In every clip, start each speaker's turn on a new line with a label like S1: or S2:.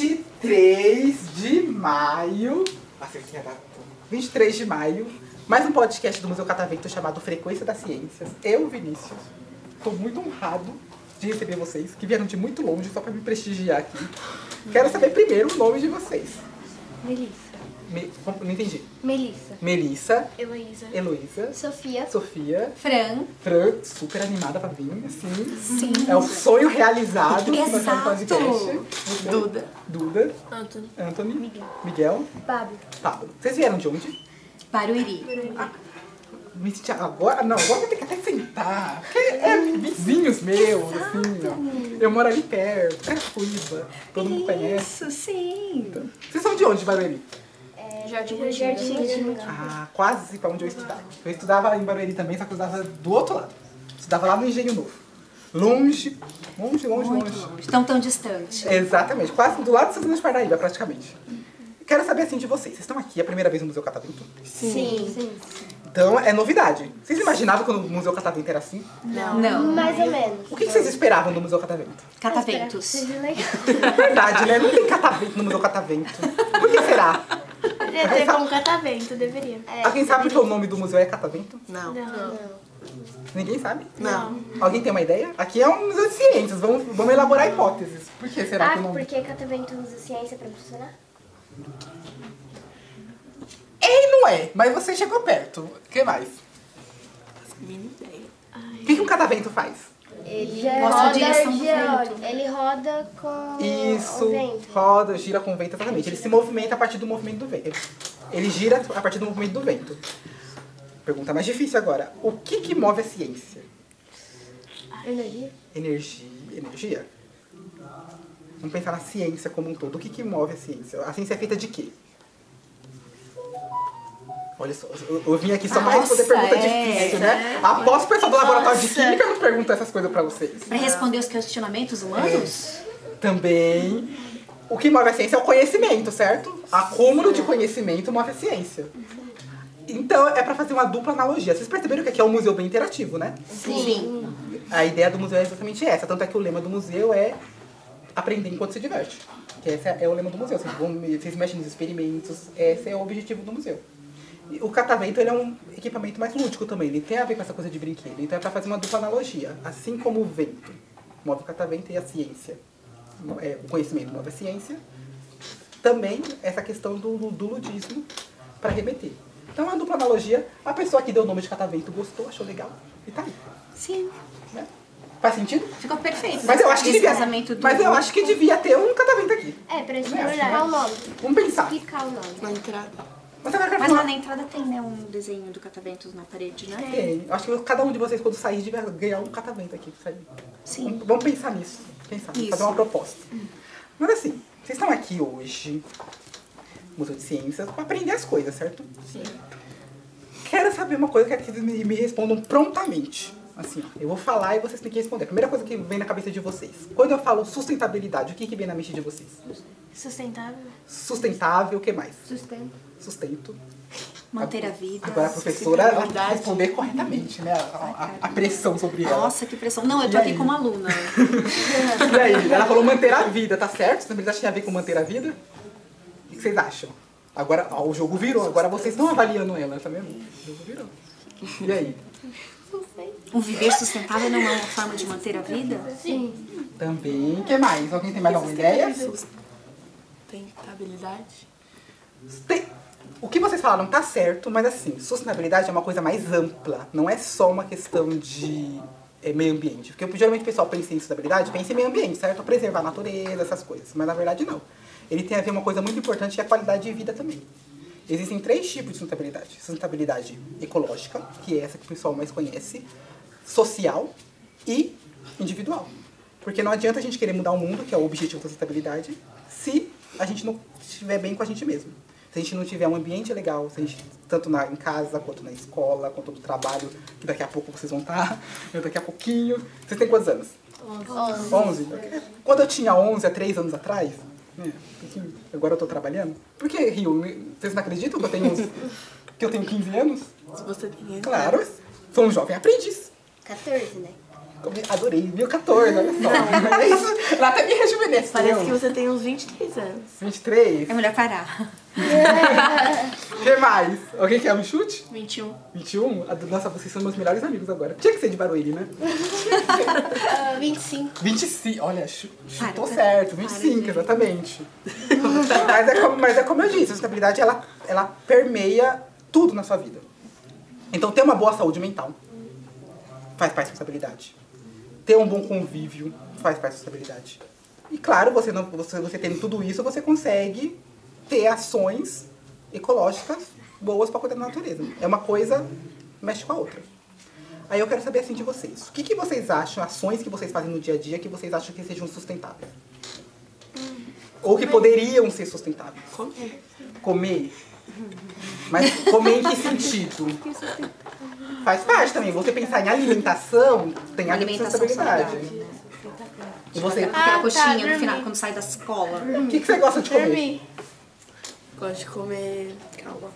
S1: 23 de maio. Acertei a data. 23 de maio. Mais um podcast do Museu Catavento chamado Frequência das Ciências. Eu, Vinícius, estou muito honrado de receber vocês, que vieram de muito longe só para me prestigiar aqui. Quero saber primeiro o nome de vocês.
S2: Melissa.
S1: Me- não entendi.
S2: Melissa.
S1: Melissa,
S2: Heloísa.
S1: Heloísa,
S2: Sofia.
S1: Sofia,
S2: Fran.
S1: Fran, super animada pra vir, assim.
S2: Sim.
S1: É o sonho realizado de fazer um
S2: Exato.
S1: podcast.
S3: Duda.
S1: Duda,
S3: Antônio.
S1: Anthony,
S2: Miguel.
S1: Miguel,
S2: Pablo.
S1: Pablo. Vocês vieram de onde?
S3: Barueri.
S1: Me senti agora. Não, agora vou ter que até sentar. Porque é vizinhos meus, assim, ó. Eu moro ali perto, Caracuíba. Todo mundo conhece.
S3: Isso, sim.
S1: Vocês são de onde, Barueri?
S4: É,
S3: Jardim
S2: Jardim Antigo.
S1: Ah, quase pra onde eu estudava. Eu estudava em Barueri também, só que eu estudava do outro lado. Estudava lá no Engenho Novo. Longe, longe, longe,
S3: Muito
S1: longe.
S3: longe. Tão tão distante.
S1: Exatamente, quase do lado de Santana de Parnaíba, praticamente. Quero saber assim de vocês. Vocês estão aqui, é a primeira vez no Museu Catavento?
S2: Sim.
S1: Então é novidade. Vocês imaginavam quando o Museu Catavento era assim?
S3: Não. Não.
S2: Mais ou menos.
S1: O que que vocês esperavam do Museu Catavento?
S3: Cataventos.
S1: Verdade, né? Não tem catavento no Museu Catavento. Por que será?
S2: Poderia ter como catavento, deveria. É.
S1: Alguém sabe porque o nome do museu é Catavento?
S5: Não.
S1: Ninguém sabe?
S5: Não.
S1: Alguém tem uma ideia? Aqui é um museu de ciências, vamos, vamos elaborar hipóteses. Por que será que o
S4: Ah,
S1: nome...
S4: porque catavento usa ciência pra funcionar?
S1: Ei, não é, mas você chegou perto. O que mais? O que, que um catavento faz?
S4: Ele já
S3: Mostra a
S4: roda
S3: direção do
S4: geóide. Ele roda com
S1: Isso,
S4: o vento.
S1: roda, gira com o vento, exatamente. Ele se movimenta a partir do movimento do vento. Ele gira a partir do movimento do vento. Pergunta mais difícil agora. O que que move a ciência?
S4: Energia?
S1: Energia. Energia? Vamos pensar na ciência como um todo. O que, que move a ciência? A ciência é feita de quê? Olha só, eu, eu vim aqui só pra responder
S3: Nossa,
S1: pergunta
S3: é,
S1: difícil, né? Após o pessoal do laboratório de química não pergunta essas coisas pra vocês.
S3: Pra responder os questionamentos humanos?
S1: Também. O que move a ciência é o conhecimento, certo? Acúmulo de conhecimento move a ciência. Então, é pra fazer uma dupla analogia. Vocês perceberam que aqui é um museu bem interativo, né?
S3: Sim.
S1: A ideia do museu é exatamente essa. Tanto é que o lema do museu é aprender enquanto se diverte. Que esse é o lema do museu. Vocês, vão, vocês mexem nos experimentos. Esse é o objetivo do museu. E o catavento ele é um equipamento mais lúdico também. Ele tem a ver com essa coisa de brinquedo. Então é para fazer uma dupla analogia. Assim como o vento move o catavento e a ciência. mo- é, o conhecimento move a ciência. Também essa questão do, lu- do ludismo para remeter. Então é uma dupla analogia. A pessoa que deu o nome de catavento gostou, achou legal. E tá aí.
S3: Sim.
S1: né? Faz sentido?
S3: Ficou perfeito.
S1: Mas eu acho que
S3: Esse
S1: devia,
S3: casamento do
S1: mas eu acho que devia ter um catavento aqui.
S4: É, pra
S1: Verdade.
S4: explicar o nome.
S1: Vamos pensar.
S4: Explicar o nome.
S5: Na entrada.
S1: Mas agora eu quero
S3: Mas lá
S1: falar.
S3: na entrada tem, né, um desenho do Cataventos na parede, né?
S1: Tem. Eu Acho que cada um de vocês, quando sair, devia ganhar um catavento aqui. pra sair.
S3: Sim.
S1: Vamos pensar nisso. Pensar,
S3: Isso.
S1: fazer uma proposta. Mas assim, vocês estão aqui hoje, Museu de Ciências, para aprender as coisas, certo? Sim. Quero saber uma coisa, quero que vocês me, me respondam prontamente. Assim, ó, eu vou falar e vocês têm que responder. A primeira coisa que vem na cabeça de vocês. Quando eu falo sustentabilidade, o que, que vem na mente de vocês?
S2: Sustentável.
S1: Sustentável, o que mais?
S4: Sustento.
S1: Sustento.
S3: Manter a vida.
S1: Agora a professora ela tem que
S3: sustentabilidade.
S1: responder corretamente, né? A, a- a pressão sobre ela.
S3: Nossa, que pressão. Não, eu
S1: E
S3: tô aqui
S1: aí?
S3: como aluna.
S1: E aí, ela falou manter a vida, tá certo? Sustentabilidade tinha a ver com manter a vida? O que vocês acham? Agora, ó, o jogo virou, agora vocês estão avaliando ela, tá vendo? O jogo virou. E aí?
S3: Um viver sustentável não é uma forma de manter a vida?
S4: Sim.
S1: Também, o que mais? Alguém tem mais alguma ideia?
S5: Sustentabilidade.
S1: Tem- O que vocês falaram tá certo, mas assim, sustentabilidade é uma coisa mais ampla. Não é só uma questão de eh, meio ambiente. Porque geralmente o pessoal pensa em sustentabilidade, pensa em meio ambiente, certo? Preservar a natureza, essas coisas. Mas na verdade não. Ele tem a ver uma coisa muito importante que é a qualidade de vida também. Existem três tipos de sustentabilidade. Sustentabilidade ecológica, que é essa que o pessoal mais conhece, social e individual. Porque não adianta a gente querer mudar o mundo, que é o objetivo da sustentabilidade, se a gente não estiver bem com a gente mesmo. Se a gente não tiver um ambiente legal, se a gente, tanto na, em casa, quanto na escola, quanto no trabalho, que daqui a pouco vocês vão estar, eu daqui a pouquinho. Vocês têm quantos anos? 11. 11? Quando eu tinha 11, há 3 anos atrás, É, porque agora eu tô trabalhando. Por que Rio? Me- Vocês não acreditam que eu tenho uns, que eu tenho 15 anos?
S5: Se você tem
S1: Claro, sou um jovem aprendiz.
S4: 14, né?
S1: Come- Adorei, 2014, olha só. É isso. Ela até me rejuvenesceu.
S5: Parece que você tem uns 23 anos.
S1: 23.
S3: É melhor parar.
S1: O que mais? Alguém quer um chute?
S2: 21.
S1: 21? Ad- Nossa, vocês são meus melhores amigos agora. Tinha que ser de Barueri, né?
S4: Ah, 25.
S1: 25, olha, chu- chutou
S3: Para,
S1: certo, 25, exatamente. mas, é como, mas é como eu disse, a sustentabilidade ela, ela permeia tudo na sua vida. Então ter uma boa saúde mental faz parte da sustentabilidade. Ter um bom convívio faz parte da sustentabilidade. E claro, você, não, você, você tendo tudo isso, você consegue ter ações ecológicas boas para cuidar da natureza. É uma coisa mexe com a outra. Aí eu quero saber assim de vocês. O que, que vocês acham, ações que vocês fazem no dia a dia que vocês acham que sejam sustentáveis? Ou que poderiam ser sustentáveis?
S5: Comer.
S1: Comer. Mas comer em que sentido? Faz parte também. Você pensar em alimentação, tem
S3: Alimentação
S1: sustentabilidade. E você, o
S3: Aquela
S2: tá,
S3: coxinha no
S2: dormi.
S3: final, quando sai da escola.
S1: que, que você gosta de comer?
S2: Dormir.
S5: Gosto de comer. Calma.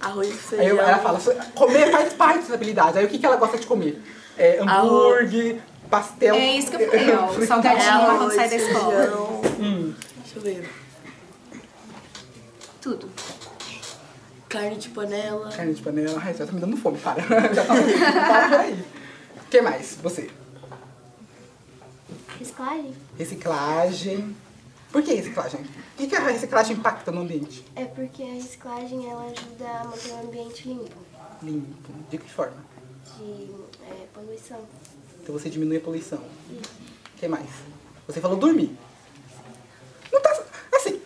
S5: Arroz e
S1: Aí eu-
S5: feijão.
S1: ela fala, comer faz parte da sustentabilidade. Aí o que, que ela gosta de comer? É, hambúrguer, pastel.
S3: É isso que eu falei, ó.
S1: fritada.
S6: É,
S3: Salgadinho lá quando
S5: É Arroz,
S3: sai da escola.
S5: feijão.
S1: Hum.
S5: Deixa eu ver.
S3: Tudo.
S5: Carne de panela.
S1: Carne de panela. Ai, já tá me dando fome, para. Já tá para por aí. O que mais? Você.
S4: Reciclagem?
S1: Reciclagem. Por que reciclagem? O que, que a reciclagem impacta no ambiente?
S4: É porque a reciclagem ela ajuda a manter o ambiente limpo
S1: Limpo. De que forma?
S4: de é, poluição.
S1: Então você diminui a poluição. O que mais? Você falou dormir. Não tá. Assim.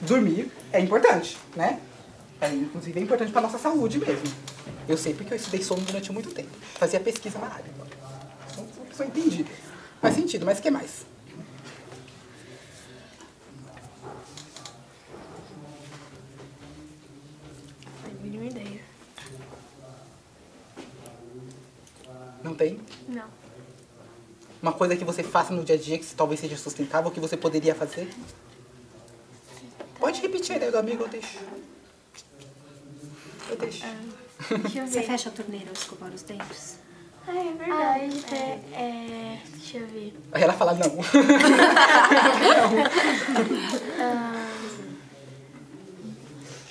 S1: Dormir é importante, né? É, inclusive é importante pra nossa saúde mesmo. Eu sei porque eu estudei sono durante muito tempo. Fazia pesquisa na área. Então, sou uma pessoa entendida. Faz sentido, mas o que mais?
S2: Não tenho a mínima ideia.
S1: Não tem?
S2: Não.
S1: Uma coisa que você faça no dia a dia que talvez seja sustentável, que você poderia fazer? Pode repetir a ideia do amigo, eu deixo. Eu deixo.
S2: Deixa eu
S3: Você
S2: ver.
S3: fecha a torneira ao escovar os dentes?
S2: Ah, é verdade. é, é, deixa eu ver.
S1: Aí ela fala não.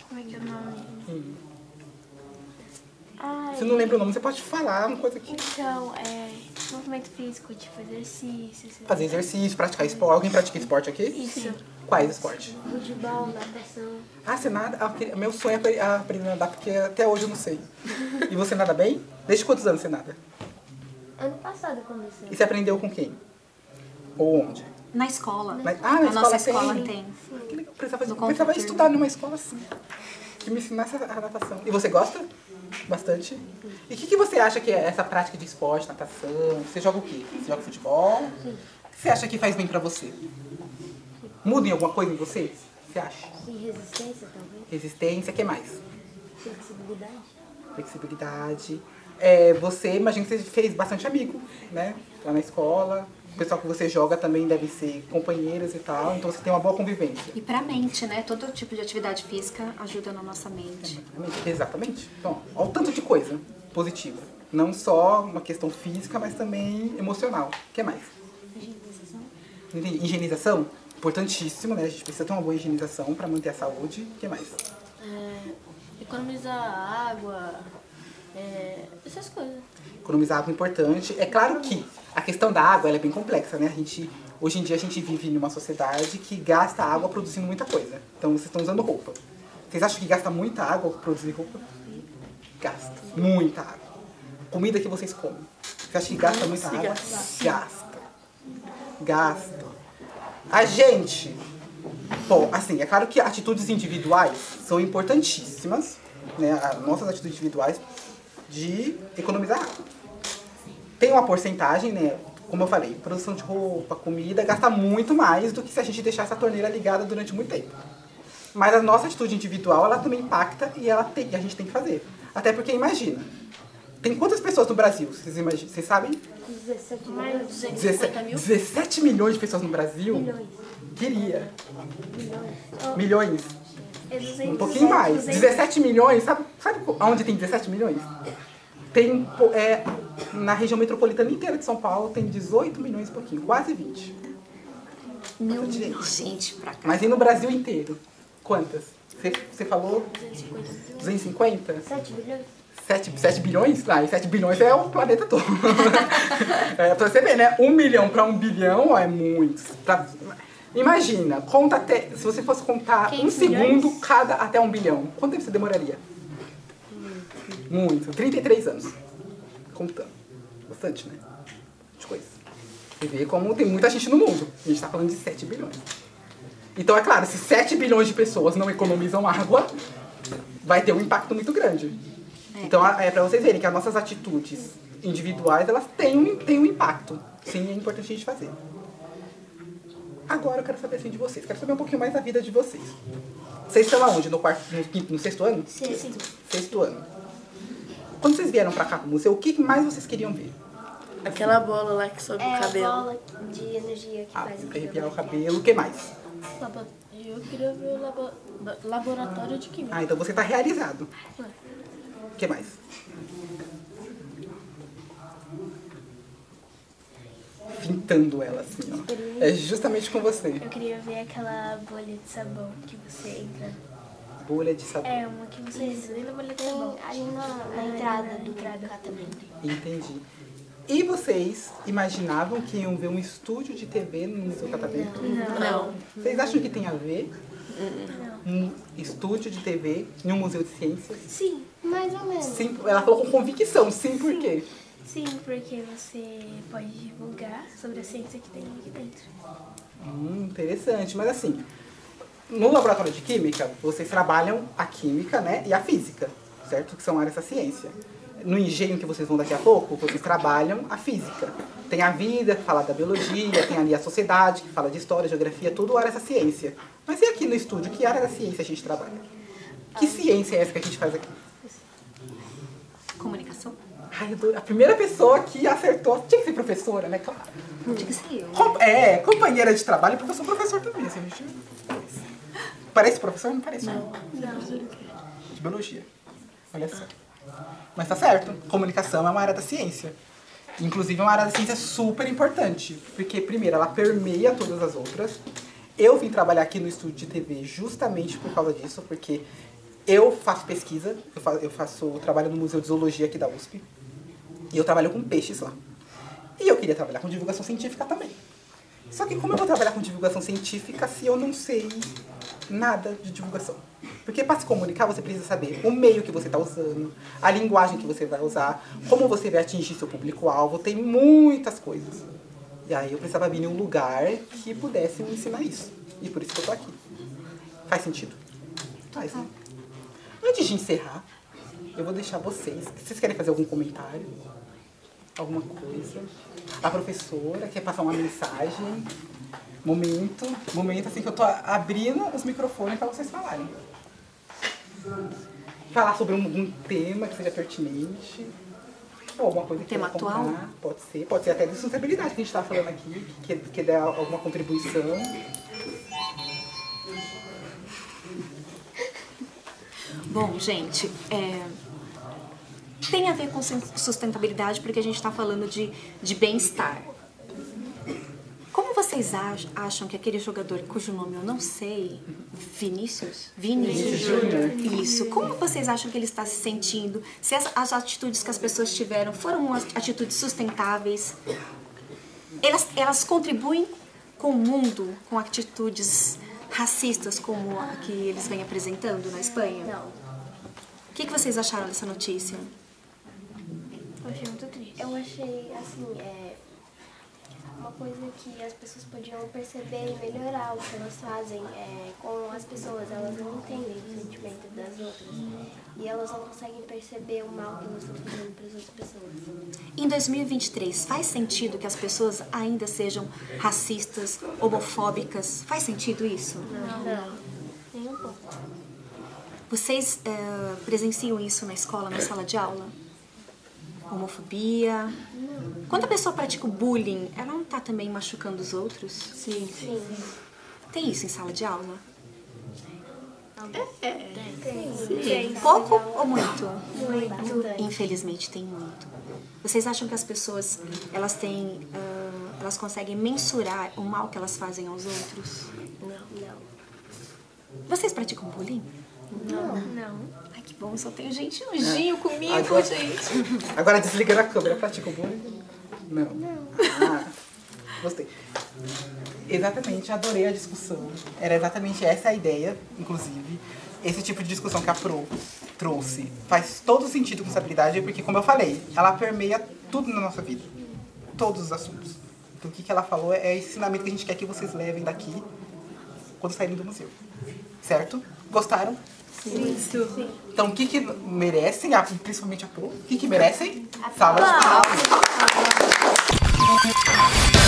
S2: Como é que é o nome? Ai,
S1: Se não lembra o nome, você pode falar uma coisa que.
S2: então, é movimento físico, tipo exercício. essas-
S1: Fazer exercício, praticar esporte. Alguém pratica esporte aqui?
S2: Isso.
S1: Quais esporte?
S4: Futebol, natação.
S1: Ah, você nada. Ah, eu queria- meu sonho é apre- ah, aprender a nadar, porque até hoje eu não sei. E você nada bem? Desde quantos anos você nada?
S4: Ano passado começou.
S1: E você aprendeu com quem? Ou onde?
S3: Na escola.
S1: Mas- ah, na
S3: a nossa
S1: escola
S3: escola
S1: tem.
S3: tem.
S1: Que legal. Precisava,
S3: No
S1: precisava
S3: computador.
S1: estudar numa escola assim. Que me ensinasse a a natação. E você gosta? Bastante. E o que, que você acha que é essa prática de esporte, natação? Você joga o quê? Você joga futebol? O que você acha que faz bem pra você? Muda em alguma coisa em você? Você acha?
S4: E resistência, talvez?
S1: Resistência, o que mais?
S4: Flexibilidade?
S1: Flexibilidade. É, você, imagino que você fez bastante amigo, né? Lá na escola. O pessoal que você joga também deve ser companheiras e tal. Então você tem uma boa convivência.
S3: E pra mente, né? Todo tipo de atividade física ajuda na nossa mente.
S1: Exatamente, Exatamente. Então, olha o tanto de coisa positiva. Não só uma questão física, mas também emocional. O que mais? Higienização. Higienização? Importantíssimo, né? A gente precisa ter uma boa higienização para manter a saúde. O que mais?
S6: É, economizar água, é, essas coisas.
S1: Economizar água é importante. É claro que a questão da água ela é bem complexa, né? A gente, hoje em dia a gente vive numa sociedade que gasta água produzindo muita coisa. Então vocês estão usando roupa. Vocês acham que gasta muita água para produzir roupa? Gasta. Muita água. Comida que vocês comem. Você acha que gasta muita água? Gasta. Gasta. A gente. Bom, assim, é claro que atitudes individuais são importantíssimas, né? As nossas atitudes individuais de economizar água. Tem uma porcentagem, né? Como eu falei, produção de roupa, comida, gasta muito mais do que se a gente deixar essa torneira ligada durante muito tempo. Mas a nossa atitude individual, ela também impacta e ela tem, e a gente tem que fazer. Até porque, imagina, tem quantas pessoas no Brasil? Vocês, imagi- vocês sabem?
S4: 17 mais.
S1: 17, 17 milhões de pessoas no Brasil?
S4: Milhões.
S1: Queria. Milhões.
S4: É 200,
S1: Um pouquinho mais. 17 milhões, sabe, sabe onde tem 17 milhões? Tem po- é, na região metropolitana inteira de São Paulo tem 18 milhões e pouquinho, quase 20.
S3: Meu Deus, gente, pra cá.
S1: Mas e no Brasil inteiro? Quantas? Você- Você falou 250?
S4: 7 bilhões?
S1: 7, bilhões? Ah, e 7 bilhões é o planeta todo. é, pra você ver, né? Um milhão pra um bilhão ó, é muito. Pra- Imagina, conta até. Se você fosse contar um
S6: 500
S1: segundo
S6: milhões?
S1: cada até um bilhão, quanto tempo você demoraria? Muito. 33 anos. Contando. Bastante, né? De coisa. Você vê como tem muita gente no mundo. A gente tá falando de 7 bilhões. Então, é claro, se 7 bilhões de pessoas não economizam água, vai ter um impacto muito grande. Então, a- é para vocês verem que as nossas atitudes individuais, elas têm um, têm um impacto. Sim, é importante a gente fazer. Agora eu quero saber assim de vocês. Quero saber um pouquinho mais da vida de vocês. Vocês estão aonde? No quarto, no, quinto, no sexto ano?
S4: Sexto.
S1: Sexto ano. Quando vocês vieram pra cá pro museu, o que mais vocês queriam ver?
S5: Aquela bola lá que sobe
S4: É
S5: o
S4: a
S5: cabelo.
S4: bola de energia que
S1: Ah,
S4: faz o
S1: arrepiar
S4: cabelo.
S1: o cabelo. O que mais?
S6: Labo- Eu queria ver o labo- ba- laboratório de química.
S1: Ah, então você tá realizado. O que mais? Pintando ela assim, ó. É justamente com você.
S4: Eu queria ver aquela bolha de sabão que você entra.
S1: Bolha de sabão.
S2: É uma que você nem na bolha de sabão.
S4: Tem ali na, na entrada do tratamento.
S1: Entendi. E vocês imaginavam que iam ver um estúdio de TV no Museu Catavento?
S5: Ah, Não.
S1: Vocês acham que tem a ver? Um estúdio de TV em um museu de ciências?
S4: Sim, mais
S3: um.
S4: ou menos.
S1: Sim, ela falou com convicção, sim, por quê?
S2: Sim, porque você pode divulgar sobre a ciência que tem aqui dentro.
S1: Hum, interessante, mas assim, no laboratório de química, vocês trabalham a química né, e a física, certo? Que são áreas da ciência. No engenho que vocês vão daqui a pouco, vocês trabalham a física. Tem a vida, que fala da biologia, tem ali a sociedade, que fala de história, geografia, tudo área da ciência. Mas e aqui no estúdio, que área da ciência a gente trabalha? Que ciência é essa que a gente faz aqui?
S3: Comunicação?
S1: Ai, eu adoro- a primeira pessoa que acertou tinha que ser professora, né? Claro.
S3: Onde que saiu?
S1: Com- É, companheira de trabalho, porque eu sou professor também, assim, a gente. Parece professor? Não parece. Não. De biologia. Olha só. Mas tá certo. Comunicação é uma área da ciência. Inclusive, é uma área da ciência super importante. Porque, primeiro, ela permeia todas as outras. Eu vim trabalhar aqui no estúdio de TV justamente por causa disso, porque eu faço pesquisa, eu faço, eu faço trabalho no Museu de Zoologia aqui da USP. E eu trabalho com peixes lá. E eu queria trabalhar com divulgação científica também. Só que como eu vou trabalhar com divulgação científica se eu não sei nada de divulgação? Porque para se comunicar você precisa saber o meio que você está usando, a linguagem que você vai usar, como você vai atingir seu público-alvo, tem muitas coisas. E aí eu precisava vir em um lugar que pudesse me ensinar isso. E por isso que eu tô aqui. Faz sentido? Faz, né? Antes de encerrar, eu vou deixar vocês. Vocês querem fazer algum comentário? Alguma coisa? A professora quer passar uma mensagem? Momento. Momento assim que eu tô abrindo os microfones para vocês falarem. Falar sobre um- algum tema que seja pertinente. Ou alguma coisa que
S3: Tema
S1: queira contar.
S3: atual?
S1: Pode ser. Pode ser até de sustentabilidade que a gente tá falando aqui, que, que dá alguma contribuição.
S3: Bom, gente, é, tem a ver com sen- sustentabilidade porque a gente está falando de, de bem-estar. Como vocês ach- acham que aquele jogador cujo nome eu não sei, Vinícius? Vinícius Júnior. Isso. Como vocês acham que ele está se sentindo? Se as, as atitudes que as pessoas tiveram foram as- atitudes sustentáveis? Elas, elas contribuem com o mundo com atitudes racistas como a que eles vêm apresentando na Espanha?
S4: Não.
S3: O que, que vocês acharam dessa notícia?
S2: Eu achei muito triste.
S4: Eu achei, assim, é uma coisa que as pessoas podiam perceber e melhorar o que elas fazem é, com as pessoas. Elas não entendem o sentimento das outras. E elas não conseguem perceber o mal que elas estão fazendo para as outras pessoas.
S3: Em 2023, faz sentido que as pessoas ainda sejam racistas, homofóbicas? Faz sentido isso?
S4: Nem um pouco.
S3: Vocês eh, presenciam isso na escola, na sala de aula? Homofobia? tá Quando a pessoa pratica o bullying, ela não está também machucando os outros?
S5: Sim.
S4: Sim.
S3: Tem isso em sala de aula?
S4: Tem.
S3: Pouco ou muito?
S4: Muito.
S3: Infelizmente tem muito. Vocês acham que as pessoas elas têm, ah, elas conseguem mensurar o mal que elas fazem aos outros?
S4: Não.
S3: Vocês praticam bullying?
S2: Não.
S3: Ai que bom, só tem gente nojinho comigo,
S1: Agora-
S3: gente.
S1: Agora desligando a câmera, pratica o bullying? Não. Ah, gostei. Exatamente, adorei a discussão. Era exatamente essa a ideia, inclusive. Esse tipo de discussão que a Pro trouxe faz todo sentido com essa habilidade, porque, como eu falei, ela permeia tudo na nossa vida. Todos os assuntos. Então, o que que ela falou é é o ensinamento que a gente quer que vocês levem daqui quando saírem do museu. Certo? Gostaram? Então, o que, que merecem, Ah, a- principalmente a Pro? O que, que merecem? Salva de palmas.